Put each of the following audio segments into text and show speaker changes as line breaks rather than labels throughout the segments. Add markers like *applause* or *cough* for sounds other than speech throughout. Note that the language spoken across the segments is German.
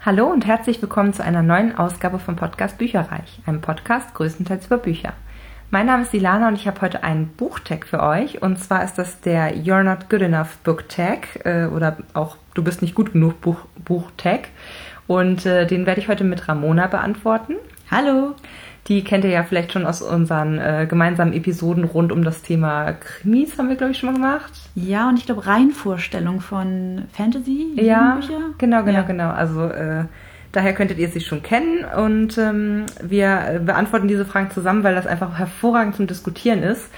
Hallo und herzlich willkommen zu einer neuen Ausgabe vom Podcast Bücherreich, einem Podcast größtenteils über Bücher. Mein Name ist Silana und ich habe heute einen Buchtag für euch. Und zwar ist das der You're Not Good Enough Book Tag äh, oder auch Du bist nicht gut genug Buch, Buchtag. Und äh, den werde ich heute mit Ramona beantworten.
Hallo.
Die kennt ihr ja vielleicht schon aus unseren äh, gemeinsamen Episoden rund um das Thema Krimis, haben wir, glaube ich, schon mal gemacht.
Ja, und ich glaube Reihenvorstellung von Fantasy.
Ja,
Jugendbücher.
genau, genau,
Ja.
genau. Also äh, daher könntet ihr sie schon kennen und ähm, wir äh, beantworten diese Fragen zusammen, weil das einfach hervorragend zum Diskutieren ist.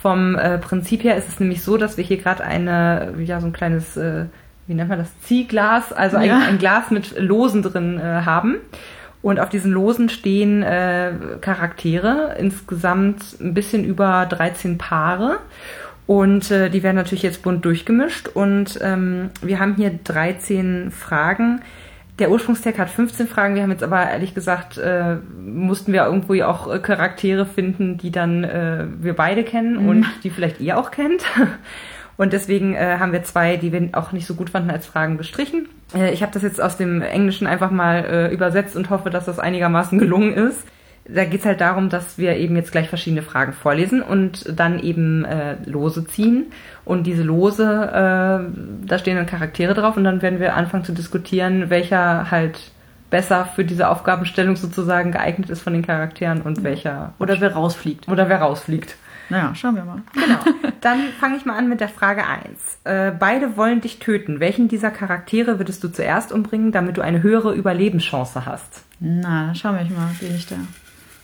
Vom äh, Prinzip her ist es nämlich so, dass wir hier gerade eine, ja, so ein kleines, äh, wie nennt man das, Ziehglas, also ein,
Ja.
ein Glas mit Losen drin äh, haben. Und auf diesen Losen stehen äh, Charaktere, insgesamt ein bisschen über 13 Paare. Und äh, die werden natürlich jetzt bunt durchgemischt. Und ähm, wir haben hier 13 Fragen. Der Ursprungstag hat 15 Fragen. Wir haben jetzt aber ehrlich gesagt, äh, mussten wir irgendwo ja auch äh, Charaktere finden, die dann äh, wir beide kennen und die vielleicht ihr auch kennt. *laughs* Und deswegen äh, haben wir zwei, die wir auch nicht so gut fanden, als Fragen gestrichen. Äh, ich habe das jetzt aus dem Englischen einfach mal äh, übersetzt und hoffe, dass das einigermaßen gelungen ist. Da geht's halt darum, dass wir eben jetzt gleich verschiedene Fragen vorlesen und dann eben äh, Lose ziehen. Und diese Lose, äh, da stehen dann Charaktere drauf und dann werden wir anfangen zu diskutieren, welcher halt besser für diese Aufgabenstellung sozusagen geeignet ist von den Charakteren und welcher
Oder wer rausfliegt.
oder wer rausfliegt.
Naja, schauen wir mal.
Genau. *laughs* Dann fange ich mal an mit der Frage 1. Äh, beide wollen dich töten. Welchen dieser Charaktere würdest du zuerst umbringen, damit du eine höhere Überlebenschance hast?
Na, dann schauen wir mal, wen ich da.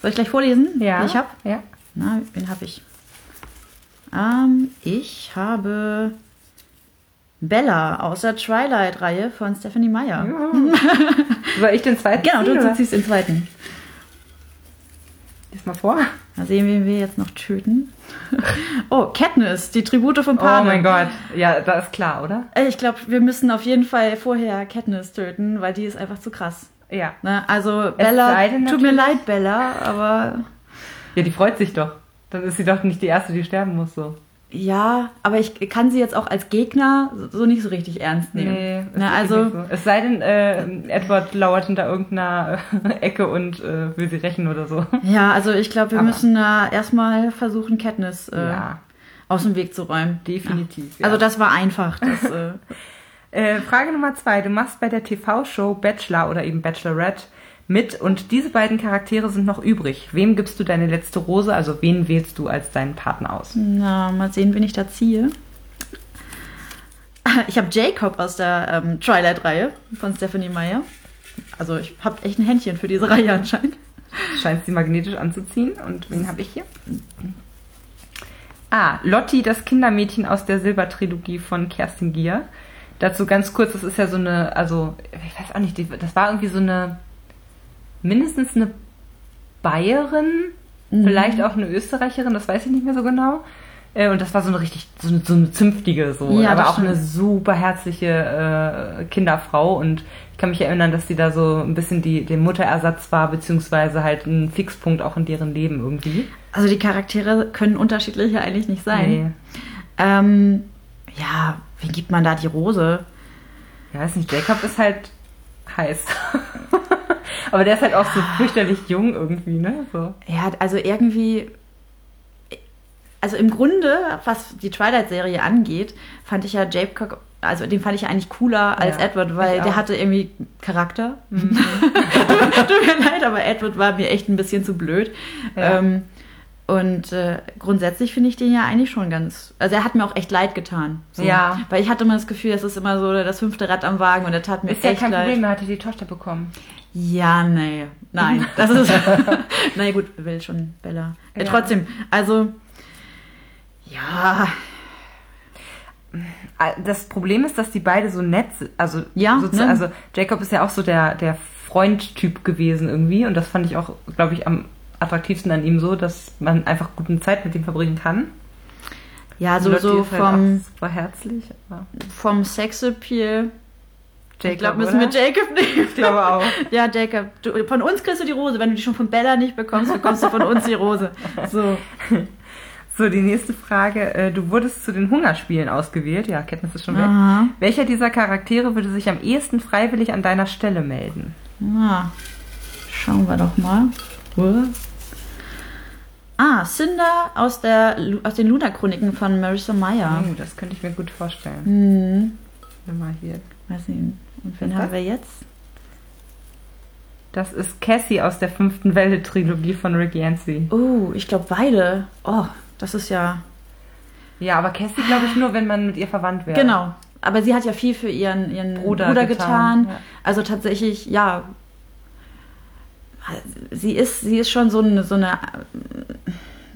Soll ich gleich vorlesen? wen Ich habe.
Ja.
Na, wen habe ich? Ähm, ich habe Bella aus der Twilight-Reihe von Stephanie Meyer.
*laughs* Soll ich den zweiten
Genau,
ziehen,
du
oder?
ziehst den zweiten.
Lies mal vor.
Mal sehen, wen wir jetzt noch
*laughs*
töten. oh, Katniss, die Tribute von
Oh
Panem.
mein Gott. Ja, das ist klar, oder?
Äh, Ich glaube, wir müssen auf jeden Fall vorher Katniss töten, weil die ist einfach zu krass.
Ja.
Ne? Also Bella,
sei denn
tut mir leid, Bella, aber
Ja, die freut sich doch. Dann ist sie doch nicht die Erste, die sterben muss, so.
ja, aber ich kann sie jetzt auch als Gegner so- so nicht so richtig ernst nehmen.
es
Na,
ist
also
nicht so. Es sei denn, äh, Edward lauert hinter irgendeiner äh, *laughs* Ecke und äh, will sie rächen oder so.
ja, also ich glaube, wir
Aber-
müssen da erstmal versuchen, Katniss äh,
Ja.
aus dem Weg zu räumen.
Definitiv, ja.
Also das war einfach. Das, äh,
Äh, Frage Nummer zwei. Du machst bei der TV-Show Bachelor oder eben Bachelorette mit und diese beiden Charaktere sind noch übrig. Wem gibst du deine letzte Rose, also wen wählst du als deinen Partner aus?
na, mal sehen, wen ich da ziehe. Ich habe Jacob aus der ähm, Twilight-Reihe von Stephanie Meyer. Also ich habe echt ein Händchen für diese Reihe anscheinend.
Scheint sie magnetisch anzuziehen. Und wen habe ich hier? Ah, Lotti, das Kindermädchen aus der Silbertrilogie von Kerstin Gier. Dazu ganz kurz, das ist ja so eine, also, ich weiß auch nicht, die, das war irgendwie so eine, mindestens eine Bayerin,
Mhm.
vielleicht auch eine Österreicherin, das weiß ich nicht mehr so genau. Äh, Und das war so eine richtig, so eine, so eine zünftige, so,
Ja,
aber
das
auch eine
stimmt.
super herzliche äh, Kinderfrau und ich kann mich erinnern, dass sie da so ein bisschen die, der Mutterersatz war, beziehungsweise halt ein Fixpunkt auch in deren Leben irgendwie.
Also die Charaktere können unterschiedlicher eigentlich nicht sein.
Nee.
Ähm, ja, wie gibt man da die Rose?
Ja, weiß nicht, Jacob ist halt heiß. *laughs* aber der ist halt auch so fürchterlich jung irgendwie, ne? So.
Ja, also irgendwie. Also im Grunde, was die Twilight-Serie angeht, fand ich ja Jacob, also den fand ich ja eigentlich cooler als
Ja,
Edward,
ich
weil
auch. Mhm.
der hatte irgendwie Charakter. *laughs*
*laughs*
Tut mir leid, aber Edward war mir echt ein bisschen zu blöd.
Ja.
Ähm, und äh, grundsätzlich finde ich den ja eigentlich schon ganz. Also er hat mir auch echt leid getan. So.
Ja.
Weil ich hatte immer das Gefühl, das ist immer so das fünfte Rad am Wagen und er tat mir
Ist ja
echt
kein
leid.
Problem, er hatte die Tochter bekommen.
Ja, nee.
*laughs*
Nein, das ist. *laughs* Na ja, gut, will schon Bella. Äh,
Ja.
Trotzdem, also. Ja,
Ah, Das Problem ist, dass die beide so nett sind. Also,
Ja,
sozu-
ne?
also Jacob ist ja auch so der, der Freund-Typ gewesen irgendwie und das fand ich auch, glaube ich, am attraktivsten an ihm so, dass man einfach gute Zeit mit ihm verbringen kann.
ja, Also so,
Lotti
so
ist halt auch
vom,
super herzlich. Aber
vom Sexappeal.
Jacob,
Ich glaube, müssen wir
oder?
Jacob nehmen.
Ich glaube auch.
*laughs* Ja, Jacob, du, von uns kriegst du die Rose. Wenn du die schon von Bella nicht bekommst, bekommst du von uns die Rose. So.
So, die nächste Frage. Äh, Du wurdest zu den Hungerspielen ausgewählt. Ja, Kenntnis ist schon weg.
Aha.
Welcher dieser Charaktere würde sich am ehesten freiwillig an deiner Stelle melden?
Na, schauen wir doch mal. Huh? Ah, Cinder aus, der, Lu- aus den Luna-Chroniken von Marissa Meyer.
Oh, das könnte ich mir gut vorstellen.
Hm.
Nimm mal hier.
Weiß nicht. Und
Ist
wen
das?
haben wir jetzt?
Das ist Cassie aus der fünften Welle-Trilogie von Rick Yancey.
Oh, ich glaube beide. Oh, das ist ja.
Ja, aber Cassie glaube ich nur, wenn man mit ihr verwandt wäre.
Genau. Aber sie hat ja viel für ihren, ihren
Bruder
Bruder,
getan,
getan.
ja.
Also tatsächlich, ja. Sie ist, sie ist schon so eine, so eine,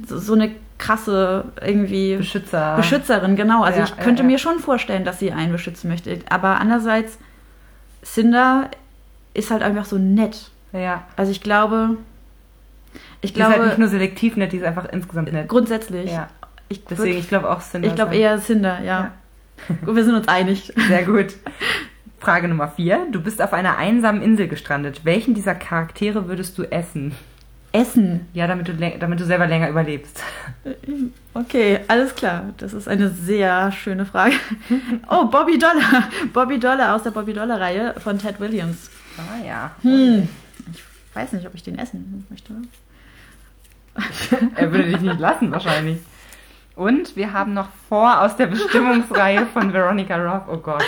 so so eine krasse irgendwie
Beschützer.
Beschützerin, genau. Also
Ja,
ich
ja,
könnte
ja.
mir schon vorstellen, dass sie einen beschützen möchte. Aber andererseits, Cinder ist halt einfach so nett.
Ja.
Also ich glaube, ich
Die ist halt nicht
glaube
nur selektiv nett, die ist einfach insgesamt nett.
grundsätzlich.
Ja.
Ich, würd-
Deswegen, ich glaube auch Cinder.
ich glaube
ist
eher Cinder, ja. *laughs* Gut, Wir sind
*laughs*
uns einig.
ein- Sehr gut. Frage Nummer vier. Du bist auf einer einsamen Insel gestrandet. Welchen dieser Charaktere würdest du essen?
Essen.
Ja, damit du, läng- damit du selber länger überlebst. *laughs*
Okay, alles klar. Das ist eine sehr schöne Frage. Oh, Bobby Dollar. *laughs* Bobby Dollar aus der Bobby Dollar-Reihe von Ted Williams.
Ah ja.
Hm. Ich weiß nicht, ob ich den essen
*laughs*
möchte. Ähm,
Er würde dich nicht lassen wahrscheinlich. Und wir haben noch vor aus der Bestimmungsreihe von Veronica Roth. Oh Gott.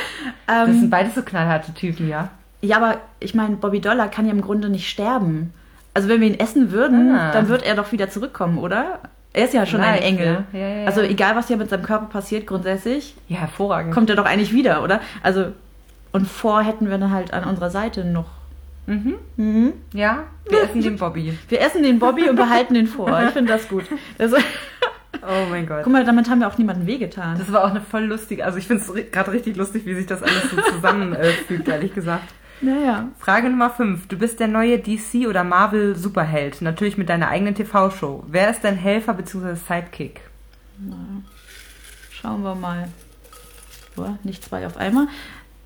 Das
Ähm,
sind beides so knallharte Typen, ja.
Ja, aber ich meine, Bobby Dollar kann ja im Grunde nicht sterben. Also wenn wir ihn essen würden,
Ah.
dann wird er doch wieder zurückkommen, oder? Er ist ja schon ein
Vielleicht,
Engel.
ja. Ja, ja, ja.
Also egal, was hier mit seinem Körper passiert, grundsätzlich
Ja, hervorragend.
kommt er doch eigentlich wieder, oder? Also und vor hätten wir dann halt an unserer Seite noch.
Mhm.
Mhm.
Ja, wir essen den Bobby.
Wir essen den Bobby und behalten den vor. Ich finde das gut. Das, *laughs*
Oh mein Gott.
guck mal, damit haben wir auch niemandem wehgetan.
Das war auch eine voll lustige, also ich finde es gerade richtig lustig, wie sich das alles so *laughs* zusammenfügt, ehrlich gesagt.
Naja.
Frage Nummer 5. Du bist der neue DC- oder Marvel-Superheld, natürlich mit deiner eigenen TV-Show. Wer ist dein Helfer bzw. Sidekick?
Schauen wir mal. Boah, nicht zwei auf einmal.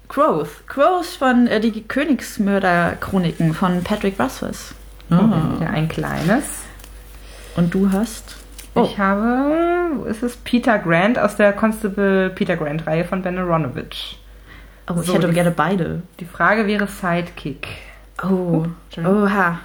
Growth. Growth von äh, die Königsmörder-Chroniken von Patrick Russell.
Ja, ein kleines.
Und du hast. Oh.
Ich habe, wo ist es? Peter Grant aus der Constable Peter Grant-Reihe von Ben Aronovich.
oh ich
so,
hätte
die-
gerne beide.
Die Frage wäre Sidekick.
Oh.
Entschuldigung.
Oha.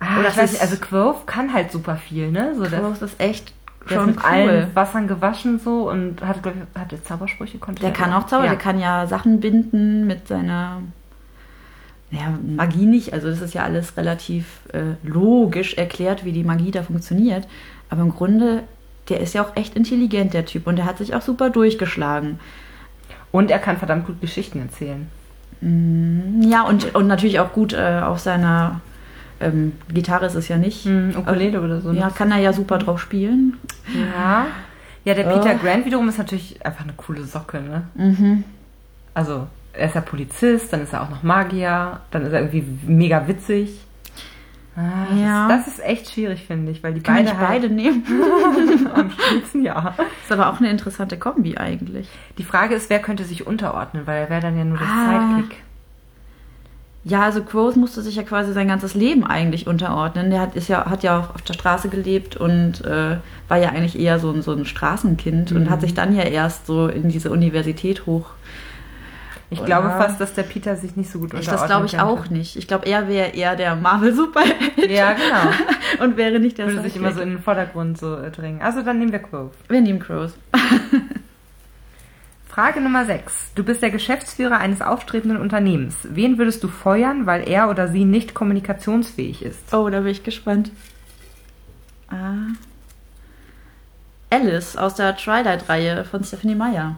Ah,
Oder
ich weiß nicht,
es Oh, ist-
also Quirth kann halt super viel, ne? So, der,
Growth ist echt
der ist
schon
mit
cool.
allen Wassern gewaschen so und hat, glaube ich, hat der Zaubersprüche konnte
Der kann auch zaubern,
Ja.
der kann ja Sachen binden mit seiner ja, Magie nicht. Also das ist ja alles relativ äh, logisch erklärt, wie die Magie da funktioniert. Aber im Grunde, der ist ja auch echt intelligent, der Typ. Und der hat sich auch super durchgeschlagen.
Und er kann verdammt gut Geschichten erzählen.
Ja, und, und natürlich auch gut äh, auf seiner ähm, Gitarre ist es ja nicht.
Mhm, Ukulele oder so. ne?
Ja, kann er ja super drauf spielen.
Ja. Ja, der Peter
Oh.
Grant wiederum ist natürlich einfach eine coole Socke, ne?
Mhm.
Also, er ist ja Polizist, dann ist er auch noch Magier, dann ist er irgendwie mega witzig. Ah,
Ja.
das, das ist echt schwierig, finde ich, weil die
Kann
beide, *laughs*
ich beide nehmen. *laughs*
halt am schlimmsten, ja.
Ist aber auch eine interessante Kombi eigentlich.
Die Frage ist, wer könnte sich unterordnen, weil er wäre dann ja nur das
Ah.
Sidekick.
Ja, also Growth musste sich ja quasi sein ganzes Leben eigentlich unterordnen. Der hat, ist ja, hat ja auch auf der Straße gelebt und äh, war ja eigentlich eher so ein, so ein Straßenkind und
Mhm.
hat sich dann ja erst so in diese Universität hoch.
Ich
Oder-
glaube fast, dass der Peter sich nicht so gut
Ich,
unterordnet.
das glaube ich
könnte.
auch nicht. Ich glaube, er wäre eher der Marvel-Superheld
Ja, genau.
*laughs* und wäre nicht der
Würde sich immer so
Sidekick.
in den Vordergrund so äh, drängen. Also, dann nehmen wir Quoth.
Wir nehmen Growth.
Frage Nummer 6. Du bist der Geschäftsführer eines aufstrebenden Unternehmens. Wen würdest du feuern, weil er oder sie nicht kommunikationsfähig ist?
Oh, da bin ich gespannt. Ah. Alice aus der Twilight-Reihe von Stephanie Meyer.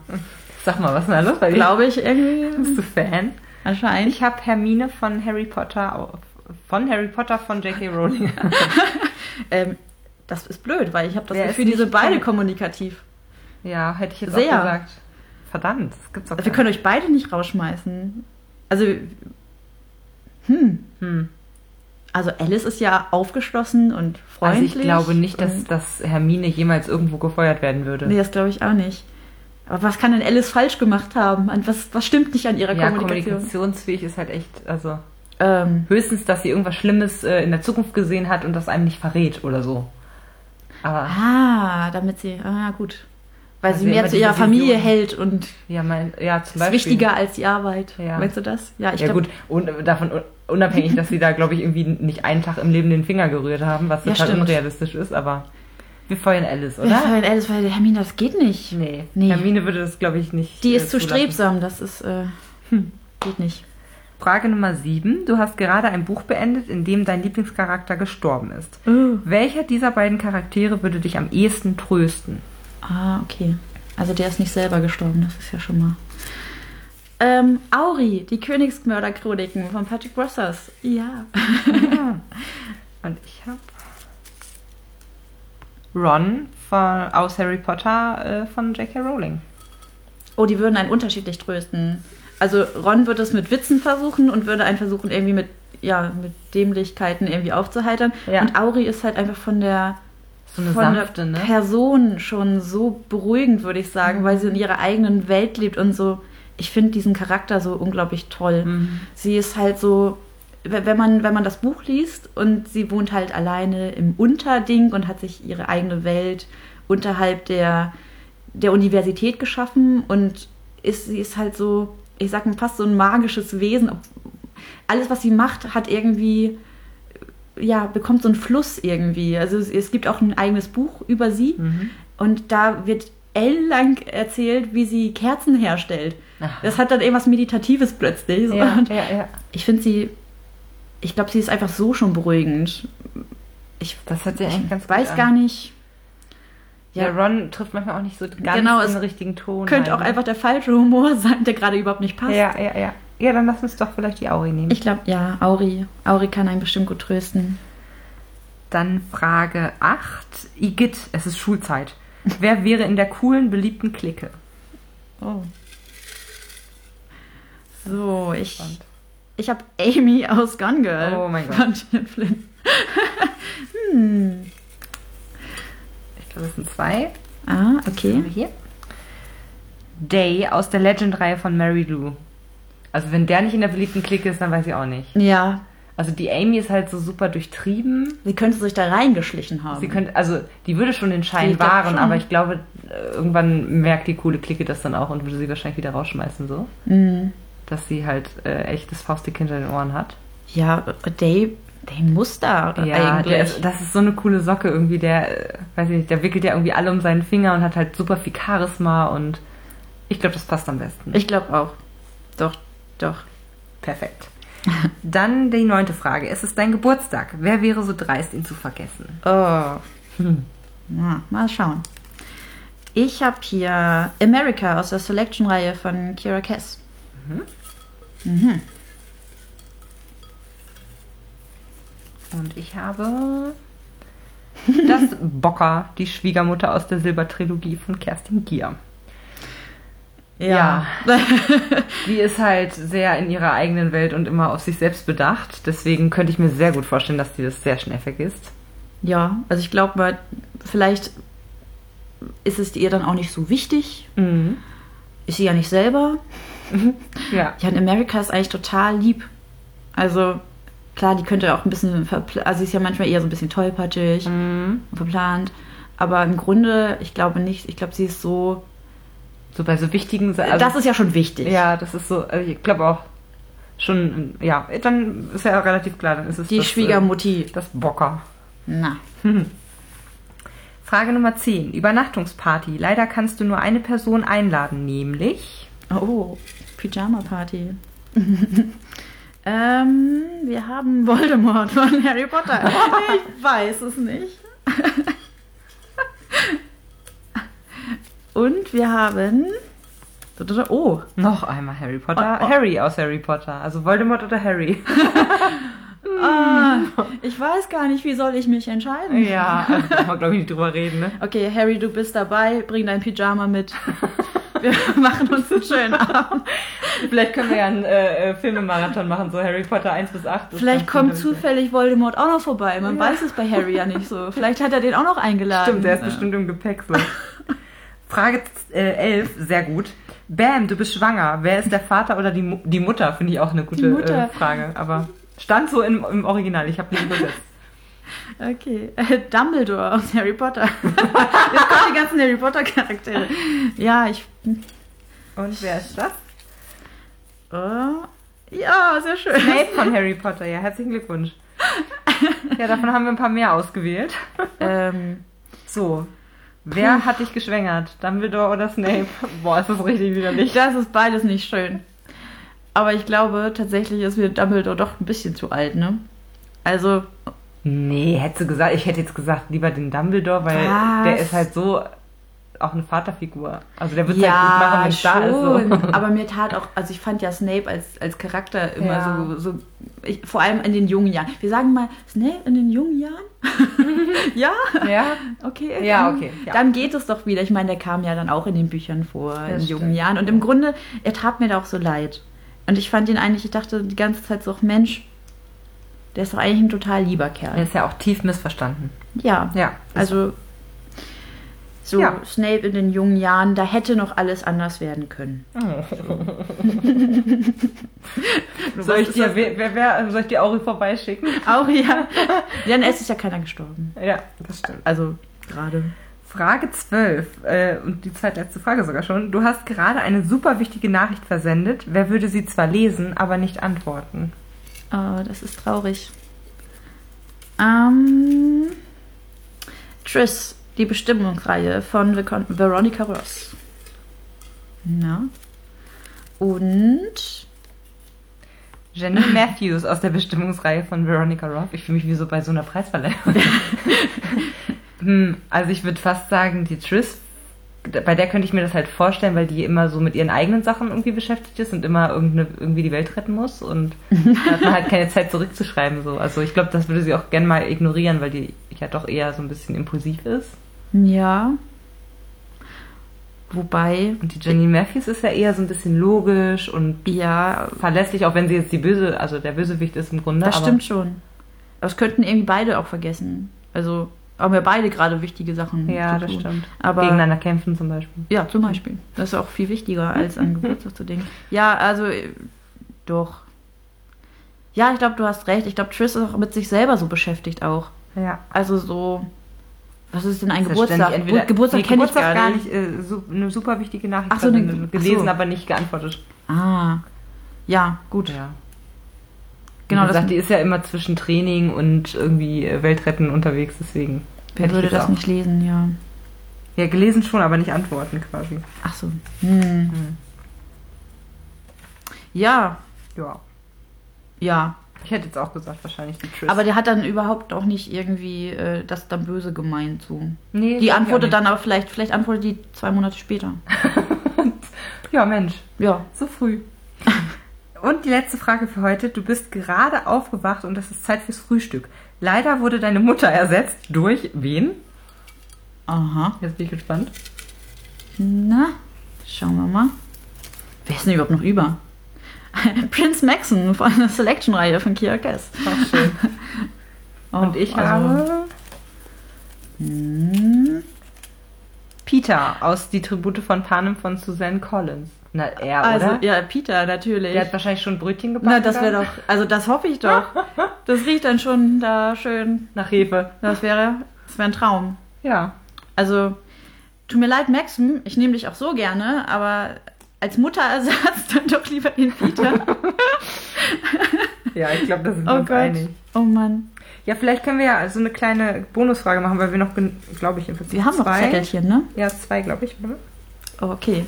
Sag mal, was ist denn da los bei dir?
Glaube ich irgendwie.
*laughs* Bist du Fan?
Anscheinend.
Ich habe Hermine von Harry Potter, auf- von Harry Potter von J.K. *laughs* Rowling.
Ähm, das ist blöd, weil ich habe das
Wer
Gefühl,
ist
die sind
nicht
beide
kom-
kommunikativ.
Ja, hätte ich jetzt
Sehr.
auch gesagt. Verdammt, das gibt's doch
Wir können euch beide nicht rausschmeißen. Also, hm.
Hm.
Also Alice ist ja aufgeschlossen und
Also
freundlich.
ich glaube nicht, dass,
und-
dass Hermine jemals irgendwo gefeuert werden würde.
Nee, das glaube ich auch nicht. Aber was kann denn Alice falsch gemacht haben? An Was, was stimmt nicht an ihrer
Ja,
Kommunikation?
kommunikationsfähig ist halt echt, also
Ähm,
höchstens, dass sie irgendwas Schlimmes äh, in der Zukunft gesehen hat und das einem nicht verrät oder so. Aber
Ah, damit sie, ah gut. Weil
Also
sie mehr
immer
zu
die
ihrer
Vision.
Familie hält und
ja, mein, ja zum
ist
Beispiel.
wichtiger als die Arbeit.
Ja.
Meinst du das? Ja, ich
ja
glaube,
gut, und äh, davon un- unabhängig, dass sie da, glaube ich, irgendwie nicht einen Tag im Leben den Finger gerührt haben, was
Ja,
total
stimmt.
unrealistisch ist, aber wir feuern Alice,
Ja,
oder?
weil Alice, weil Hermine, das geht nicht.
Nee.
Nee.
Hermine würde das, glaube ich, nicht.
Die
äh,
ist zu
zulassen.
strebsam, das ist, äh, geht nicht.
Frage Nummer 7. Du hast gerade ein Buch beendet, in dem dein Lieblingscharakter gestorben ist. Welcher dieser beiden Charaktere würde dich am ehesten trösten?
Ah, okay. Also der ist nicht selber gestorben, das ist ja schon mal. Ähm, Auri, die Königsmörderchroniken von Patrick Rossers. Ja. *laughs*
*laughs* Und ich habe Ron von, aus Harry Potter äh, von J.K. Rowling.
Oh, die würden einen unterschiedlich trösten. Also Ron würde es mit Witzen versuchen und würde einen versuchen, irgendwie mit, ja, mit Dämlichkeiten irgendwie aufzuheitern.
Ja.
Und Auri ist halt einfach von der,
So eine
von
sanfte,
der
ne? Mhm.
Person schon so beruhigend, würde ich sagen, weil sie in ihrer eigenen Welt lebt und so. Ich finde diesen Charakter so unglaublich toll.
Mhm.
Sie ist halt so, we- wenn man, wenn man das Buch liest und sie wohnt halt alleine im Unterding und hat sich ihre eigene Welt unterhalb der, der Universität geschaffen und ist, sie ist halt so, ich sag mal, fast so ein magisches Wesen. Ob- Alles, was sie macht, hat irgendwie, ja, bekommt so einen Fluss irgendwie. Also es, es gibt auch ein eigenes Buch über sie
Mhm.
und da wird ellenlang erzählt, wie sie Kerzen herstellt.
Aha.
Das hat dann irgendwas Meditatives plötzlich.
Ja,
Und
ja, ja.
ich finde sie, ich glaube, sie ist einfach so schon beruhigend. Ich
Das hört sich eigentlich ganz
weiß
gut
gar nicht.
Ja, Ron trifft manchmal auch nicht so ganz
Genau,
den
es
richtigen Ton.
Könnte auch
halt, ne?
einfach der falsche Humor *laughs* sein, der gerade überhaupt nicht passt.
Ja, ja, ja. Ja, dann lass uns doch vielleicht die Auri nehmen.
Ich glaube, ja, Auri. Auri kann einen bestimmt gut trösten.
Dann Frage 8. Igitt, es ist Schulzeit. Wer wäre in der coolen, beliebten Clique?
Oh. So, ich,
Spannend.
ich habe Amy aus Gone Girl.
Oh mein Gott.
Von Gillian Flynn.
Ich glaube, das sind zwei.
Ah,
Haben
okay.
wir hier. Day aus der Legend-Reihe von Mary Lou. Also wenn der nicht in der beliebten Clique ist, dann weiß ich auch nicht.
Ja,
Also die Amy ist halt so super durchtrieben.
sie könnte sich da reingeschlichen haben.
Sie könnte, also die würde schon den
Sie
Schein
Um. doch
wahren,
schon.
aber ich glaube, äh, irgendwann merkt die coole Clique das dann auch und würde sie wahrscheinlich wieder rausschmeißen so.
Mhm.
Dass sie halt äh, echtes Faustdick hinter den Ohren hat. Äh,
ja, Day, Day muss da eigentlich.
der ist, das ist so eine coole Socke irgendwie. Der, äh, weiß ich nicht, der wickelt ja irgendwie alle um seinen Finger und hat halt super viel Charisma und ich glaube, das passt am besten.
Ich glaube auch. Doch, doch.
Perfekt. Dann die neunte Frage. Es ist dein Geburtstag. Wer wäre so dreist, ihn zu vergessen?
Oh.
Hm.
Na, mal schauen. Ich habe hier America aus der Selection-Reihe von Kira Cass.
Und ich habe das Bocker, die Schwiegermutter aus der Silbertrilogie von Kerstin Gier. Ja. Die ist halt sehr in ihrer eigenen Welt und immer auf sich selbst bedacht. Deswegen könnte ich mir sehr gut vorstellen, dass die das sehr schnell vergisst.
Ja, also ich glaube mal, vielleicht ist es ihr dann auch nicht so wichtig.
Mhm.
Ist sie ja nicht selber.
Ja.
Ja, und America ist eigentlich total lieb. Also, klar, die könnte auch ein bisschen, verpl- also sie ist ja manchmal eher so ein bisschen tollpatschig
Mhm.
und verplant. Aber im Grunde, ich glaube nicht, ich glaube, sie ist so,
So bei so wichtigen Sa- also-
das ist ja schon wichtig.
Ja, das ist so, also ich glaube auch schon, ja, dann ist ja relativ klar, dann ist es
Die
das,
Schwiegermutti.
äh, das Bocker.
Na.
Frage Nummer 10. Übernachtungsparty. Leider kannst du nur eine Person einladen, nämlich.
Oh,
*laughs*
Pyjama-Party. ähm, wir haben Voldemort von Harry Potter. Ich weiß es nicht. *laughs* Und wir haben. Oh,
Noch einmal Harry Potter.
Oh, oh.
Harry aus Harry Potter. Also Voldemort oder Harry.
ah, ich weiß gar nicht, wie soll ich mich entscheiden?
*laughs* Ja, also da kann man, glaube ich, nicht drüber reden, ne?
Okay, Harry, du bist dabei, bring dein Pyjama mit.
*laughs*
Wir machen uns einen schönen Abend.
Vielleicht können wir ja einen äh, äh, Filmemarathon machen, so Harry Potter 1 bis 8. Das
Vielleicht
kannst du
kommt
dann-
zufällig Voldemort auch noch vorbei. Man weiß es bei Harry ja
*laughs*
nicht so. Vielleicht hat er den auch noch eingeladen.
Stimmt, der ist
Ja.
bestimmt im Gepäck so. Frage äh, 11, sehr gut. Bam, du bist schwanger. Wer ist der Vater oder die, Mu die Mutter? Finde ich auch eine gute
Mutter.
Äh, Frage. Aber stand so im, im Original. Ich habe nicht übersetzt.
Okay, äh, Dumbledore aus Harry Potter. *laughs* Jetzt kommen die ganzen Harry Potter Charaktere. Ja, ich.
Und wer ist das?
Oh, ja, sehr schön. *laughs*
Snape von Harry Potter, ja, herzlichen Glückwunsch. Ja, davon haben wir ein paar mehr ausgewählt.
Ähm,
So. Wer hat dich geschwängert? Dumbledore oder Snape? Boah, ist das richtig widerlich.
das ist beides nicht schön. Aber ich glaube, tatsächlich ist mir Dumbledore doch ein bisschen zu alt, ne? Also,
Nee, hättest du gesagt, ich hätte jetzt gesagt, lieber den Dumbledore, weil
Was?
der ist halt so auch eine Vaterfigur. Also der wird es halt gut machen,
ja,
wenn es da ist.
schon.
*laughs* So.
Aber mir tat auch, also ich fand ja Snape als, als Charakter immer
Ja.
so, so ich, vor allem in den jungen Jahren. Wir sagen mal, Snape in den jungen Jahren? ja,
Ja,
okay.
Ja,
ähm,
okay, ja.
Dann geht es doch wieder. Ich meine, der kam ja dann auch in den Büchern vor, in
stimmt.
jungen Jahren. Und im Grunde, er tat mir da auch so leid. Und ich fand ihn eigentlich, ich dachte die ganze Zeit so, Mensch, der ist doch eigentlich ein total lieber
der
Kerl.
ist ja auch tief missverstanden.
Ja,
Ja, also
also so
Ja.
Snape in den jungen Jahren, da hätte noch alles anders
*laughs*
werden können.
soll ich
was-
dir, wer, wer, wer, soll ich dir Auri vorbeischicken?
*laughs* Auch ja. Dann ist ja keiner gestorben.
Ja, das stimmt.
Also gerade.
Frage 12 äh, und die zweitletzte Frage sogar schon. Du hast gerade eine super wichtige Nachricht versendet. Wer würde sie zwar lesen, aber nicht antworten?
Oh, das ist traurig. Ähm, Triss, die Bestimmungsreihe von Vicon- Veronica Ross. Na. Und
Jenny Matthews aus der Bestimmungsreihe von Veronica Roth. Ich fühle mich wie so bei so einer Preisverleihung.
*laughs*
hm, also ich würde fast sagen, die Triss, bei der könnte ich mir das halt vorstellen, weil die immer so mit ihren eigenen Sachen irgendwie beschäftigt ist und immer irgendeine, irgendwie die Welt retten muss
*laughs*
und da hat man halt keine Zeit zurückzuschreiben. So. Also ich glaube, das würde sie auch gern mal ignorieren, weil die ja doch eher so ein bisschen impulsiv ist.
ja. Wobei,
Und die Jenny Matthews ist ja eher so ein bisschen logisch und
ja,
verlässlich, auch wenn sie jetzt die böse, also der Bösewicht ist im Grunde.
das
aber-
stimmt schon. Aber es könnten irgendwie beide auch vergessen. Also haben ja beide gerade wichtige Sachen.
Ja,
zu
das
tun.
stimmt.
Aber
Gegeneinander Mhm. kämpfen zum Beispiel.
Ja, zum Beispiel. Das ist auch viel wichtiger, als an Geburtstag zu denken. Ja, also äh, doch. Ja, ich glaube, du hast recht. Ich glaube, Triss ist auch mit sich selber so beschäftigt auch.
Ja.
Also so, was ist denn ein Geburtstag?
Entweder,
Gut, Geburtstag
nee,
kenn
Geburtstag
ich gar nicht.
äh, su eine super wichtige Nachricht
Ach so, ne eine-
versendet,
ach so.
gelesen, aber nicht geantwortet.
Ah, ja, gut.
Ja. Genau,
genau,
Wie gesagt,
das,
die ist ja immer zwischen Training und irgendwie äh, Weltretten unterwegs, deswegen.
wer
hätte ich
würde das
auch.
nicht lesen, ja.
Ja, gelesen schon, aber nicht antworten quasi.
Ach so. Hm. Ja,
Ja.
ja.
Ich hätte jetzt auch gesagt, wahrscheinlich die Triss.
Aber der hat dann überhaupt auch nicht irgendwie äh, das dann böse gemeint, so.
nee,
Die
glaub ich
antwortet
auch
dann aber vielleicht, vielleicht antwortet die zwei Monate später.
nicht. Ja, Mensch.
Ja.
So
*laughs*
früh. Und die letzte Frage für heute. Du bist gerade aufgewacht und es ist Zeit fürs Frühstück. Leider wurde deine Mutter ersetzt durch wen?
Aha.
Jetzt bin ich gespannt.
Na, schauen wir mal. Wer ist denn überhaupt noch über? *laughs* Prince Maxon von der Selection-Reihe von Oh, Kia Kess.
Ach, schön. Und ich
Ah. also,
habe
Hm.
Peter aus Die Tribute von Panem von Suzanne Collins. Na, er,
Also,
oder?
ja, Peter, natürlich.
Der hat wahrscheinlich schon Brötchen gebacken.
Na, das wäre
dann.
doch, also das hoffe
*laughs*
ich doch. Das riecht dann schon da schön.
Nach Hefe.
Das wäre, das wäre ein Traum.
Ja.
Also, tut mir leid, Maxim, ich nehme dich auch so gerne, aber als Mutterersatz *laughs* dann doch lieber
*laughs*
den Peter.
Ja, ich glaube, das sind
Oh Gott. Oh Mann.
Ja, vielleicht können wir ja so eine kleine Bonusfrage machen, weil wir noch, glaube ich,
Wir haben noch
zwei.
Zettelchen, ne?
Ja, zwei, glaube ich. oder?
Oh, okay.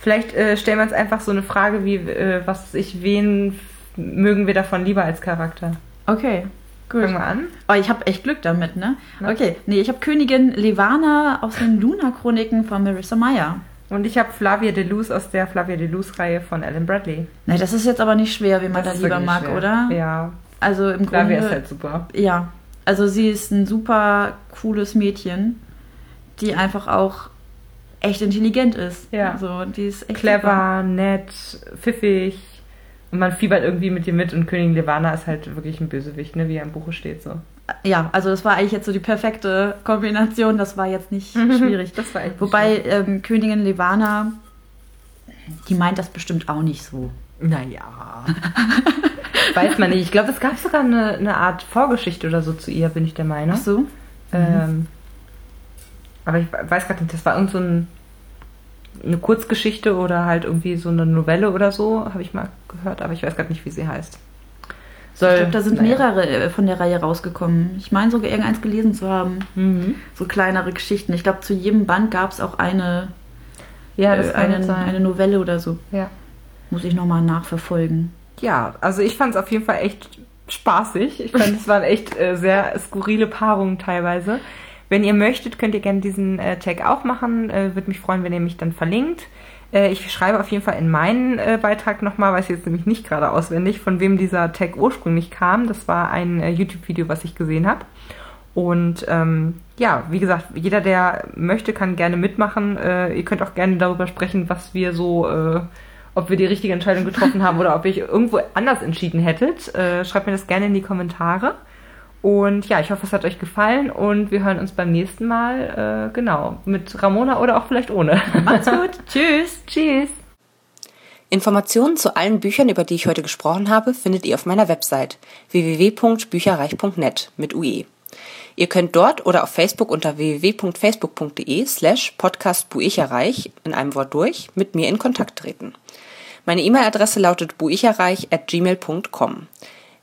Vielleicht äh, stellen wir uns einfach so eine Frage wie, äh, was weiß ich, wen f- mögen wir davon lieber als Charakter?
Okay. Gut.
Fangen wir an.
Oh, ich habe echt Glück damit, ne?
Na?
Okay, nee, ich habe Königin Levana aus den Luna-Chroniken von Marissa Meyer.
Und ich habe Flavia Deleuze aus der Flavia Deleuze-Reihe von Alan Bradley.
Ne, das ist jetzt aber nicht schwer, wie
Das
man da
ist
lieber
wirklich
mag,
schwer.
oder?
Ja,
Also im
Flavia
Grunde.
ist halt super.
Ja. Also sie ist ein super cooles Mädchen, die einfach auch echt intelligent ist.
Ja.
So, die ist echt Super.
Clever, nett, pfiffig. Und man fiebert irgendwie mit ihr mit. Und Königin Levana ist halt wirklich ein Bösewicht, ne? wie er im Buche steht. so.
Ja, also das war eigentlich jetzt so die perfekte Kombination. Das war jetzt nicht *laughs*
Mhm.
schwierig.
Das war echt
Wobei ähm, Königin Levana, die meint das bestimmt auch nicht so.
Naja. weiß man nicht. Ich glaube, es gab sogar eine, eine Art Vorgeschichte oder so zu ihr, bin ich der Meinung.
Ach so. mhm.
Ähm, aber ich weiß gerade nicht, das war irgend so ein, eine Kurzgeschichte oder halt irgendwie so eine Novelle oder so, habe ich mal gehört, aber ich weiß gerade nicht, wie sie heißt. Soll,
Ich glaube, da sind
naja.
mehrere äh, von der Reihe rausgekommen. Ich meine sogar irgendeins gelesen zu haben.
Mhm.
So kleinere Geschichten. Ich glaube, zu jedem Band gab es auch eine,
Ja,
äh,
das kann gut
einen,
sein.
eine Novelle oder so.
ja.
Muss ich nochmal nachverfolgen.
ja, also ich fand es auf jeden Fall echt spaßig. Ich fand, es waren echt äh, sehr skurrile Paarungen teilweise. Wenn ihr möchtet, könnt ihr gerne diesen äh, Tag auch machen. Äh, Würde mich freuen, wenn ihr mich dann verlinkt. Äh, ich schreibe auf jeden Fall in meinen äh, Beitrag nochmal, weiß ich jetzt nämlich nicht gerade auswendig, von wem dieser Tag ursprünglich kam. Das war ein äh, YouTube-Video, was ich gesehen habe. Und ähm, ja, wie gesagt, jeder, der möchte, kann gerne mitmachen. Äh, ihr könnt auch gerne darüber sprechen, was wir so, äh, ob wir die richtige Entscheidung getroffen haben oder ob ihr irgendwo anders entschieden hättet. Äh, schreibt mir das gerne in die Kommentare. Und ja, ich hoffe, es hat euch gefallen und wir hören uns beim nächsten Mal, äh, genau, mit Ramona oder auch vielleicht ohne. *laughs*
Macht's gut. Tschüss.
Tschüss!
Informationen zu allen Büchern, über die ich heute gesprochen habe, findet ihr auf meiner Website www.bücherreich.net mit UE. Ihr könnt dort oder auf Facebook unter www.facebook.de slash podcastbuicherreich in einem Wort durch mit mir in Kontakt treten. Meine E-Mail-Adresse lautet buicherreich at gmail.com.